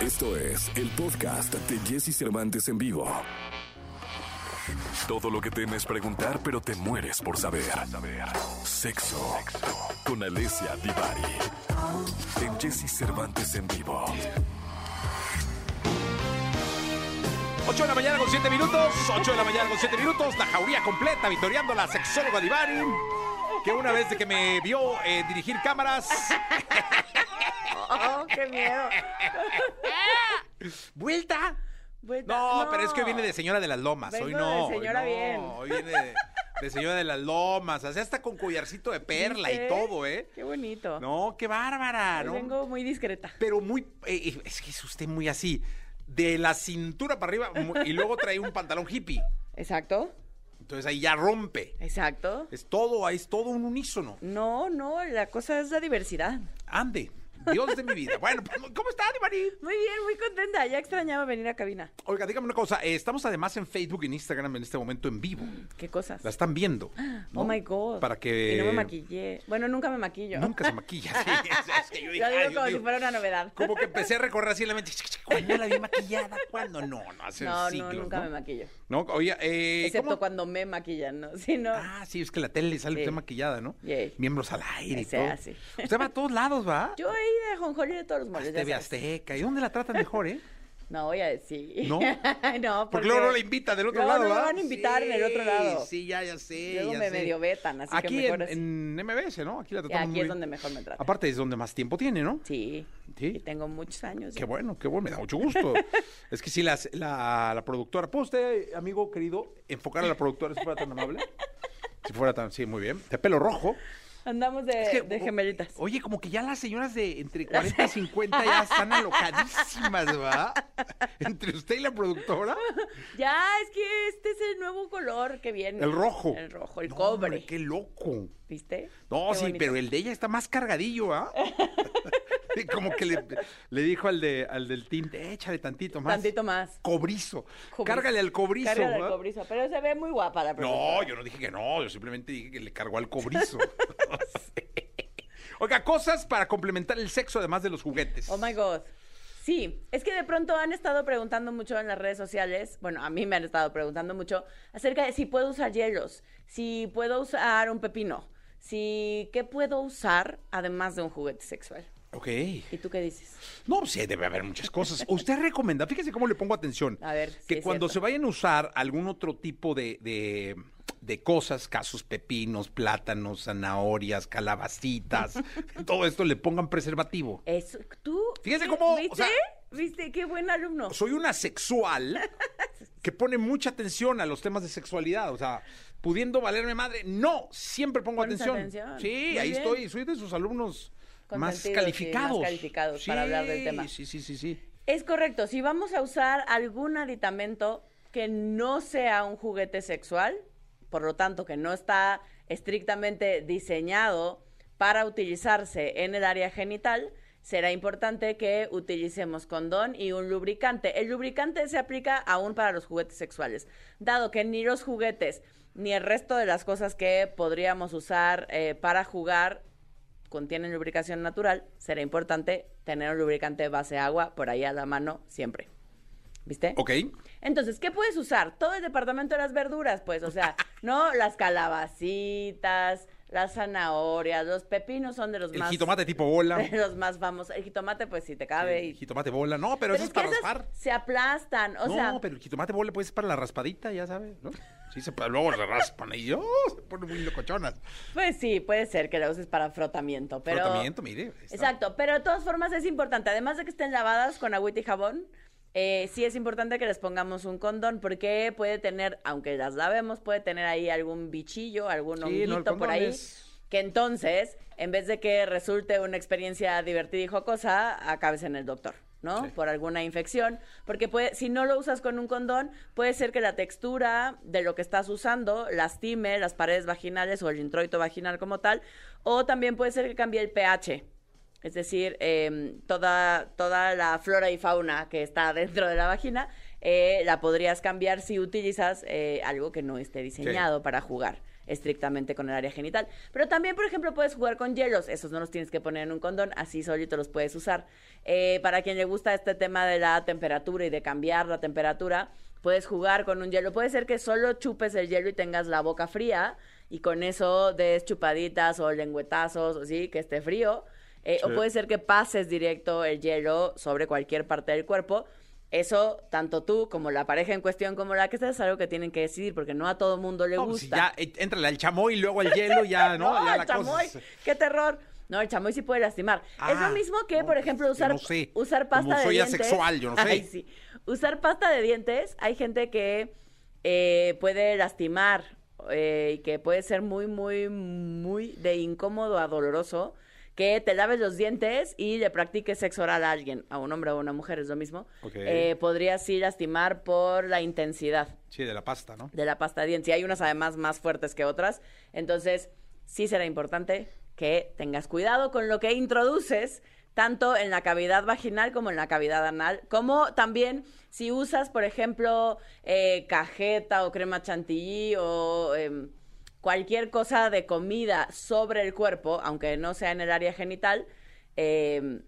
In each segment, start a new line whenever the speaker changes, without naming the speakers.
Esto es el podcast de Jesse Cervantes en vivo. Todo lo que temes preguntar, pero te mueres por saber. Sexo con Alessia Divari. En Jesse Cervantes en vivo.
8 de la mañana con 7 minutos, 8 de la mañana con 7 minutos, la jauría completa, victoriando la sexóloga Divari, que una vez de que me vio eh, dirigir cámaras,
Oh, qué miedo.
¡vuelta!
Vuelta-
No, pero es que hoy viene de señora de las lomas, hoy
Vengo
no.
de
hoy
señora
no,
bien.
Hoy viene de, de señora de las lomas, así hasta con collarcito de perla y
¿Viste?
todo, ¿eh?
Qué bonito.
No, qué bárbara,
Hoy
¿no?
Vengo muy discreta.
Pero muy, eh, eh, es que es usted muy así, de la cintura para arriba mu- y luego trae un pantalón hippie,
Exacto,
entonces ahí ya rompe.
exacto.
Es todo, es todo un unísono.
No, no, la cosa es la diversidad.
Ande, Dios de mi vida. Bueno, pues, ¿cómo está, Divari?
Muy bien, muy contenta. Ya extrañaba venir a cabina.
Oiga, dígame una cosa. eh, estamos además en Facebook y en Instagram en este momento en vivo.
Qué cosas.
La están viendo. ¿no?
Oh my God.
Para que.
Y no me maquillé. Bueno, nunca me maquillo.
Nunca se maquilla. sí, es que yo dije,
Yo digo
ay, yo
como
digo,
si fuera una novedad.
como que empecé a recorrer así la mente. ¿Cuándo la vi maquillada? ¿Cuándo? No, no, hace
No,
siglos.
no, nunca
¿no?
me maquillo.
No, oye, eh,
Excepto
¿cómo?
cuando me maquillan, ¿no? Si no,
Ah, sí, es que la tele sale usted
Sí.
maquillada, ¿no?
Yay.
Miembros al aire y
Ese
todo.
hace.
Usted va a todos lados, ¿va?
yo he ido a Jonjolí de todos los moles, ya
TV
sabes.
Azteca. ¿Y dónde la tratan mejor, eh?
No voy a decir.
¿No?
no,
Porque luego no la invitan del otro
Luego
lado,
no la
¿verdad?
van a invitar en el otro lado.
Sí, ya, ya sé.
Luego
ya
me
sé.
medio vetan, así
Aquí
que mejor es-
en, en MBS, ¿no? Aquí la
Y
tratamos muy
aquí es
bien.
donde mejor me tratan.
Aparte es donde más tiempo tiene, ¿no?
Sí.
Sí.
Y tengo muchos años.
Qué
ya.
bueno, qué bueno, me da mucho gusto. es que sí, las- la, la productora. ¿Puede usted, amigo querido, enfocar a la productora si fuera tan amable? Si fuera tan, sí, muy bien. De pelo rojo.
Andamos de,
Es que,
Eh, de
o-
gemelitas.
Oye, como que ya las señoras de entre 40 y 50 ya están alocadísimas, ¿verdad? Entre usted y la productora.
Ya, es que este es el nuevo color que viene.
El rojo.
El rojo, el
No,
cobre.
hombre, qué loco.
¿Viste?
No,
Qué
sí,
bonito.
pero el de ella está más cargadillo, ¿ah? Y Como que le, le dijo al, de, al del tinte, échale tantito más.
Tantito más.
Cobrizo.
Cobrizo.
Cárgale al cobrizo.
Cárgale al
¿ah?
cobrizo. Pero se ve muy guapa la productora.
No, yo no dije que no, yo simplemente dije que le cargó al cobrizo. No sé. Oiga, cosas para complementar el sexo además de los juguetes.
Oh my God. Sí, es que de pronto han estado preguntando mucho en las redes sociales, bueno, a mí me han estado preguntando mucho acerca de si puedo usar hielos, si puedo usar un pepino, si qué puedo usar además de un juguete sexual.
Ok.
¿Y tú qué dices?
No, pues, sí, debe haber muchas cosas. Usted recomienda, fíjese cómo le pongo atención.
A ver, sí
Que
es
cuando
cierto.
se vayan a usar algún otro tipo de, de- de cosas, casos pepinos, plátanos, zanahorias, calabacitas, todo esto le pongan preservativo.
Eso, tú.
Fíjese
¿qué-
cómo, o
¿Viste?
sea-
¿Viste? Qué buen alumno.
Soy una sexual que pone mucha atención a los temas de sexualidad, o sea, pudiendo valerme madre, no, siempre pongo
Pones
atención.
atención.
Sí,
Muy
ahí
bien.
estoy, soy de sus alumnos más
Consentidos, sí, más
calificados.
calificados para hablar del tema.
Sí, sí, sí, sí.
Es correcto. Si vamos a usar algún aditamento que no sea un juguete sexual, por lo tanto, que no está estrictamente diseñado para utilizarse en el área genital, será importante que utilicemos condón y un lubricante. El lubricante se aplica aún para los juguetes sexuales, dado que ni los juguetes ni el resto de las cosas que podríamos usar eh, para jugar contienen lubricación natural, será importante tener un lubricante base agua por ahí a la mano siempre. ¿Viste?
Ok.
Entonces, ¿qué puedes usar? Todo el departamento de las verduras, pues, o sea, ¿no? Las calabacitas, las zanahorias, los pepinos son de los
El
más...
jitomate tipo bola.
De los más famosos. El jitomate, pues, si te cabe.
El
y-
Eh, jitomate bola. No, pero, eso es,
que
para
esas
raspar.
se aplastan, o
no,
sea...
pero el jitomate bola puede ser para la raspadita, ya sabes, ¿no? Sí, se, pero luego se raspan y yo se ponen muy locochonas.
Pues sí, puede ser que la uses para frotamiento, pero...
Frotamiento, mire. ahí está.
Exacto, pero de todas formas es importante, además de que estén lavadas con agüita y jabón, eh, sí es importante que les pongamos un condón, porque puede tener, aunque las lavemos, puede tener ahí algún bichillo, algún
Sí, no, el
honguito por
condón
ahí.
es-
Que entonces, en vez de que resulte una experiencia divertida y jocosa, acabes en el doctor, ¿no?
Sí.
Por alguna infección. Porque puede, si no lo usas con un condón, puede ser que la textura de lo que estás usando lastime las paredes vaginales o el introito vaginal como tal. O también puede ser que cambie el pH. Es decir, em, toda, toda la flora y fauna que está dentro de la vagina eh, la podrías cambiar si utilizas eh, algo que no esté diseñado para jugar. estrictamente con el área genital. Pero también, por ejemplo, puedes jugar con hielos. Esos no los tienes que poner en un condón, así solito los puedes usar. Eh, para quien le gusta este tema de la temperatura y de cambiar la temperatura, puedes jugar con un hielo. Puede ser que solo chupes el hielo y tengas la boca fría y con eso des chupaditas o lengüetazos, o sí, que esté frío. Eh, O puede ser que pases directo el hielo sobre cualquier parte del cuerpo. Eso, tanto tú como la pareja en cuestión, como la que estés, es algo que tienen que decidir, porque no a todo mundo le
No, pues,
gusta.
si ya, eh, éntrale al chamoy, luego al hielo, ya, ¿no?
No,
ya
el chamoy,
es- eh.
qué terror. No, el chamoy sí puede lastimar. es
Ah,
lo mismo que,
no,
por
pues,
ejemplo,
yo
usar,
no sé.
usar
Como
pasta de
soy
dientes.
asexual, yo no sé.
Ay, sí. Usar pasta de dientes, hay gente que eh, puede lastimar eh, y que puede ser muy, muy, muy de incómodo a doloroso. Que te laves los dientes y le practiques sexo oral a alguien, a un hombre o a una mujer, es lo mismo.
Ok.
Eh, podría sí lastimar por la intensidad
Sí, de la pasta, ¿no?
de la pasta de dientes. Y hay unas además más fuertes que otras. Entonces, sí será importante que tengas cuidado con lo que introduces, tanto en la cavidad vaginal como en la cavidad anal, como también si usas, por ejemplo, eh, cajeta o crema chantilly o em, cualquier cosa de comida sobre el cuerpo, aunque no sea en el área genital. em,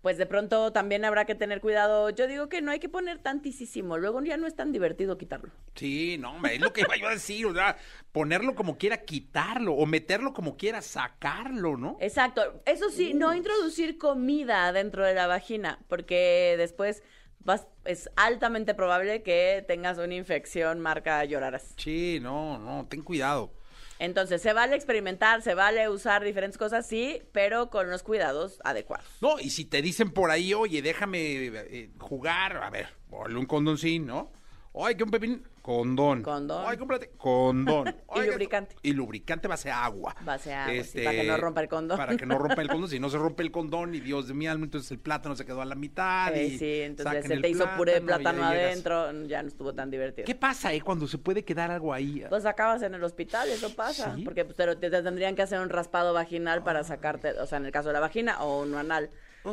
pues de pronto también habrá que tener cuidado. Yo digo que no hay que poner tantísimo. Luego ya no es tan divertido quitarlo.
Sí, no, hombre, es lo que iba yo a decir, o sea, ponerlo como quiera, quitarlo, o meterlo como quiera, sacarlo, ¿no?
Eh. Exacto. Eso sí, no introducir comida dentro de la vagina, porque después vas, es altamente probable que tengas una infección, marca llorarás.
Sí, no, no, ten cuidado.
Entonces, se vale experimentar, se vale usar diferentes cosas, sí, pero con los cuidados adecuados.
No, y si te dicen por ahí, oye, déjame eh, jugar, a ver, ponle un condoncín, ¿no? Ay, que un pepín, condón.
Condón.
Ay, cómprate, condón. Ay, que-
lubricante.
Y lubricante base agua. Este,
Base agua, sí, para que no rompa el condón.
Para que no rompa el condón. Si no se rompe el condón, y Dios mío, entonces el plátano se quedó a la mitad.
Eh,
y
sí, entonces
saquen
se
el
te hizo puré de
plátano, y
plátano
ahí llegas.
adentro, ya no estuvo tan divertido.
¿Qué pasa, eh, cuando se puede quedar algo ahí?
Pues acabas en el hospital, eso pasa,
Sí.
porque pues, te, lo- te tendrían que hacer un raspado vaginal para sacarte, o sea, en el caso de la vagina o un anal,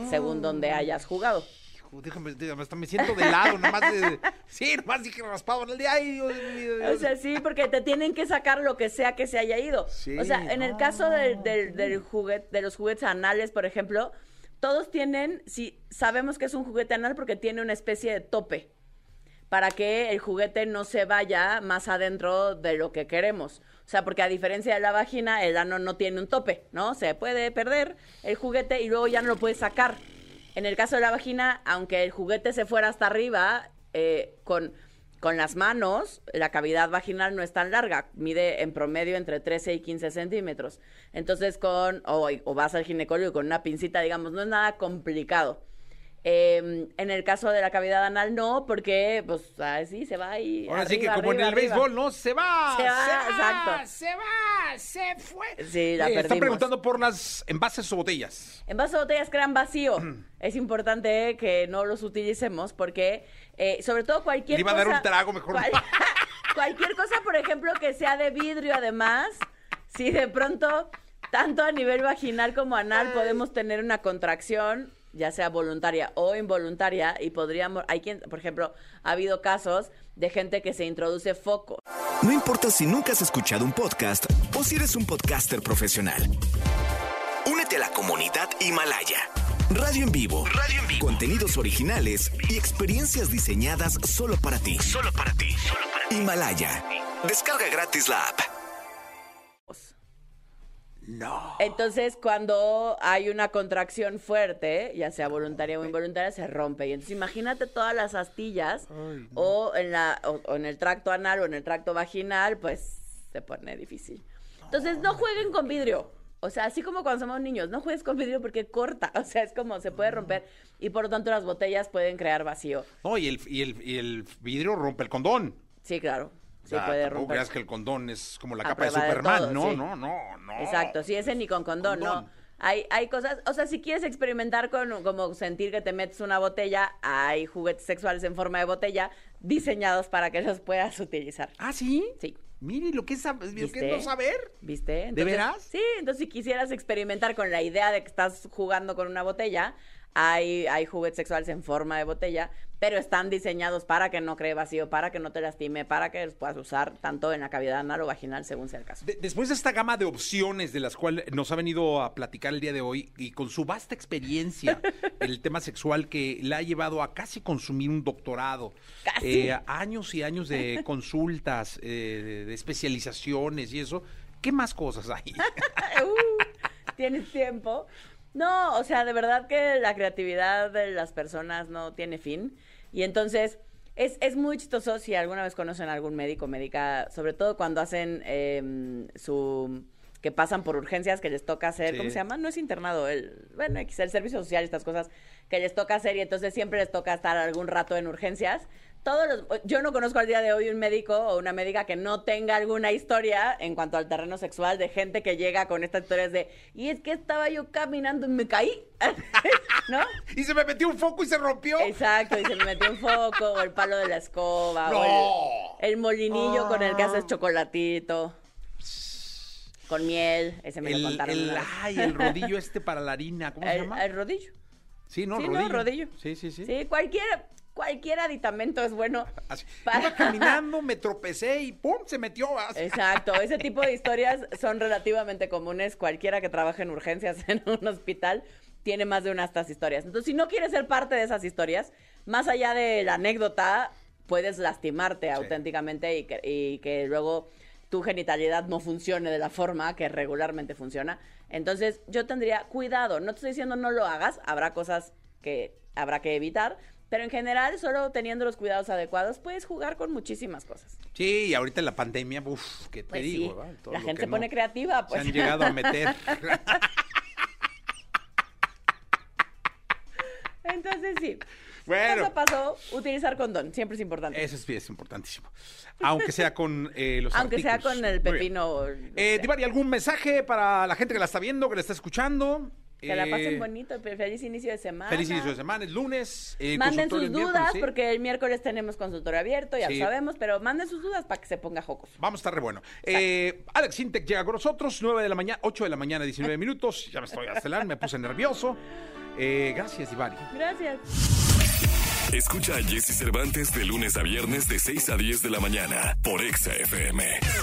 según
Oh.
donde hayas jugado.
Hijo, déjame, déjame, hasta me siento de lado, nomás de... Sí, nomás dije raspado en el día. Ay, Dios mío.
O
Dios
sea, sí, porque te tienen que sacar lo que sea que se haya ido.
Sí,
o sea, en el
no,
caso del, del, del juguete, de los juguetes anales, por ejemplo, todos tienen, si sabemos que es un juguete anal porque tiene una especie de tope para que el juguete no se vaya más adentro de lo que queremos. O sea, porque a diferencia de la vagina, el ano no tiene un tope, ¿no? Se puede perder el juguete y luego ya no lo puedes sacar. En el caso de la vagina, aunque el juguete se fuera hasta arriba, eh, con, con las manos, la cavidad vaginal no es tan larga, mide en promedio entre 13 y 15 centímetros. Entonces, con, o, o vas al ginecólogo con una pincita, digamos, no es nada complicado. Eh, en el caso de la cavidad anal, no, porque, pues, así se va ahí.
Ahora sí que
arriba,
como en el
arriba, arriba.
béisbol, ¿no? Se va,
Se va, exacto.
se va, se fue. Eh,
Sí, la
Están
perdimos.
preguntando por las envases o botellas.
En vaso de botellas crean vacío. es importante que no los utilicemos porque, eh, sobre todo, cualquier
Le iba a
cosa.
dar un trago, mejor no.
cualquier cosa, por ejemplo, que sea de vidrio, además, si de pronto, tanto a nivel vaginal como anal, podemos tener una contracción ya sea voluntaria o involuntaria y podríamos hay quien por ejemplo ha habido casos de gente que se introduce foco
No importa si nunca has escuchado un podcast o si eres un podcaster profesional. Únete a la comunidad Himalaya. Radio en vivo. Radio en vivo. Contenidos originales y experiencias diseñadas solo para ti. Solo para ti. Solo para ti. Himalaya. Descarga gratis la app.
No.
Entonces, cuando hay una contracción fuerte, ya sea voluntaria o involuntaria, se rompe. Y entonces, imagínate todas las astillas o, en la, o, o en el tracto anal o en el tracto vaginal, pues se pone difícil. Entonces, no jueguen con vidrio. O sea, así como cuando somos niños, no juegues con vidrio porque corta. O sea, es como se puede romper y por lo tanto las botellas pueden crear vacío.
No, y el, y el, y el vidrio rompe el condón.
Sí, claro.
O
Sí
sea,
puede
Ah, tampoco
romper.
creas que el condón es como la
A
capa de
prueba de
Superman.
todo,
no,
sí.
no, no, no.
Exacto, sí, ese ni con condón,
Condón.
no. Hay, hay cosas, o sea, si quieres experimentar con como sentir que te metes una botella, hay juguetes sexuales en forma de botella diseñados para que los puedas utilizar.
¿Ah, sí?
Sí.
Mire, lo que es, sab- lo que es
¿Viste?
no saber.
¿Viste?
¿De veras?
Sí, entonces si quisieras experimentar con la idea de que estás jugando con una botella, hay, hay juguetes sexuales en forma de botella, pero están diseñados para que no cree vacío, para que no te lastime, para que los puedas usar tanto en la cavidad anal o vaginal, según sea el caso.
De- después de esta gama de opciones de las cuales nos ha venido a platicar el día de hoy y con su vasta experiencia, el tema sexual que la ha llevado a casi consumir un doctorado,
Casi.
eh, años y años de consultas, eh, de especializaciones y eso, ¿qué más cosas hay?
Uh, Tienes tiempo. No, o sea, de verdad que la creatividad de las personas no tiene fin. Y entonces es, es muy chistoso si alguna vez conocen a algún médico, médica, sobre todo cuando hacen em, su que pasan por urgencias, que les toca hacer,
Sí.
¿cómo se llama? No es internado, el, bueno, X, el servicio social, estas cosas que les toca hacer y entonces siempre les toca estar algún rato en urgencias. Todos los- yo no conozco al día de hoy un médico o una médica que no tenga alguna historia en cuanto al terreno sexual de gente que llega con estas historias de, y es que estaba yo caminando y me caí, ¿no?
y se me metió un foco y se rompió.
Exacto, y se me metió un foco, o el palo de la escoba,
¡No! Ah.
o el, el molinillo con el que haces chocolatito, con miel, ese me
el,
lo contaron.
el-
una vez.
ay, el rodillo este para la harina, ¿cómo se
El-
llama?
el rodillo.
sí, no,
sí,
rodillo.
no, rodillo.
Sí, sí, sí.
Sí, cualquier, cualquier aditamento es bueno.
Así.
para-
Iba caminando, me tropecé y ¡pum! se metió. así.
Exacto, ese tipo de historias son relativamente comunes. Cualquiera que trabaje en urgencias en un hospital tiene más de una de estas historias. Entonces, si no quieres ser parte de esas historias, más allá de la anécdota, puedes lastimarte auténticamente y que, y que luego tu genitalidad no funcione de la forma que regularmente funciona. Entonces, yo tendría cuidado. No te estoy diciendo no lo hagas, habrá cosas que habrá que evitar, pero en general, solo teniendo los cuidados adecuados, puedes jugar con muchísimas cosas.
Sí, y ahorita en la pandemia, uff, ¿qué te
Pues sí,
digo? ¿verdad? Todo
la
lo
gente
que
se pone
no
creativa, pues.
Se han llegado a meter.
Entonces sí.
Bueno.
Paso a paso, utilizar condón, siempre es importante.
Eso es, es importantísimo. Aunque sea con eh, los
Aunque sea
artículos.
con el
Muy bien.
pepino. o lo que
Eh,
sea.
Divari, ¿algún mensaje para la gente que la está viendo, que la está escuchando?
que la pasen
Eh,
bonito, fe- feliz inicio de semana.
Feliz inicio de semana, es lunes. eh, consultorio
Manden sus
el miércoles,
dudas,
¿sí?
porque el miércoles tenemos consultorio abierto, ya
Sí.
lo sabemos, pero manden sus dudas para que se ponga jocos.
Vamos a estar re bueno. Eh, Alex Intec llega con nosotros, 9 de la mañana, 8 de la mañana, 19 minutos. Ya me estoy a celar, me puse nervioso. Eh, gracias, Divari.
Gracias.
Escucha a Jesse Cervantes de lunes a viernes de 6 a 10 de la mañana por Exa FM.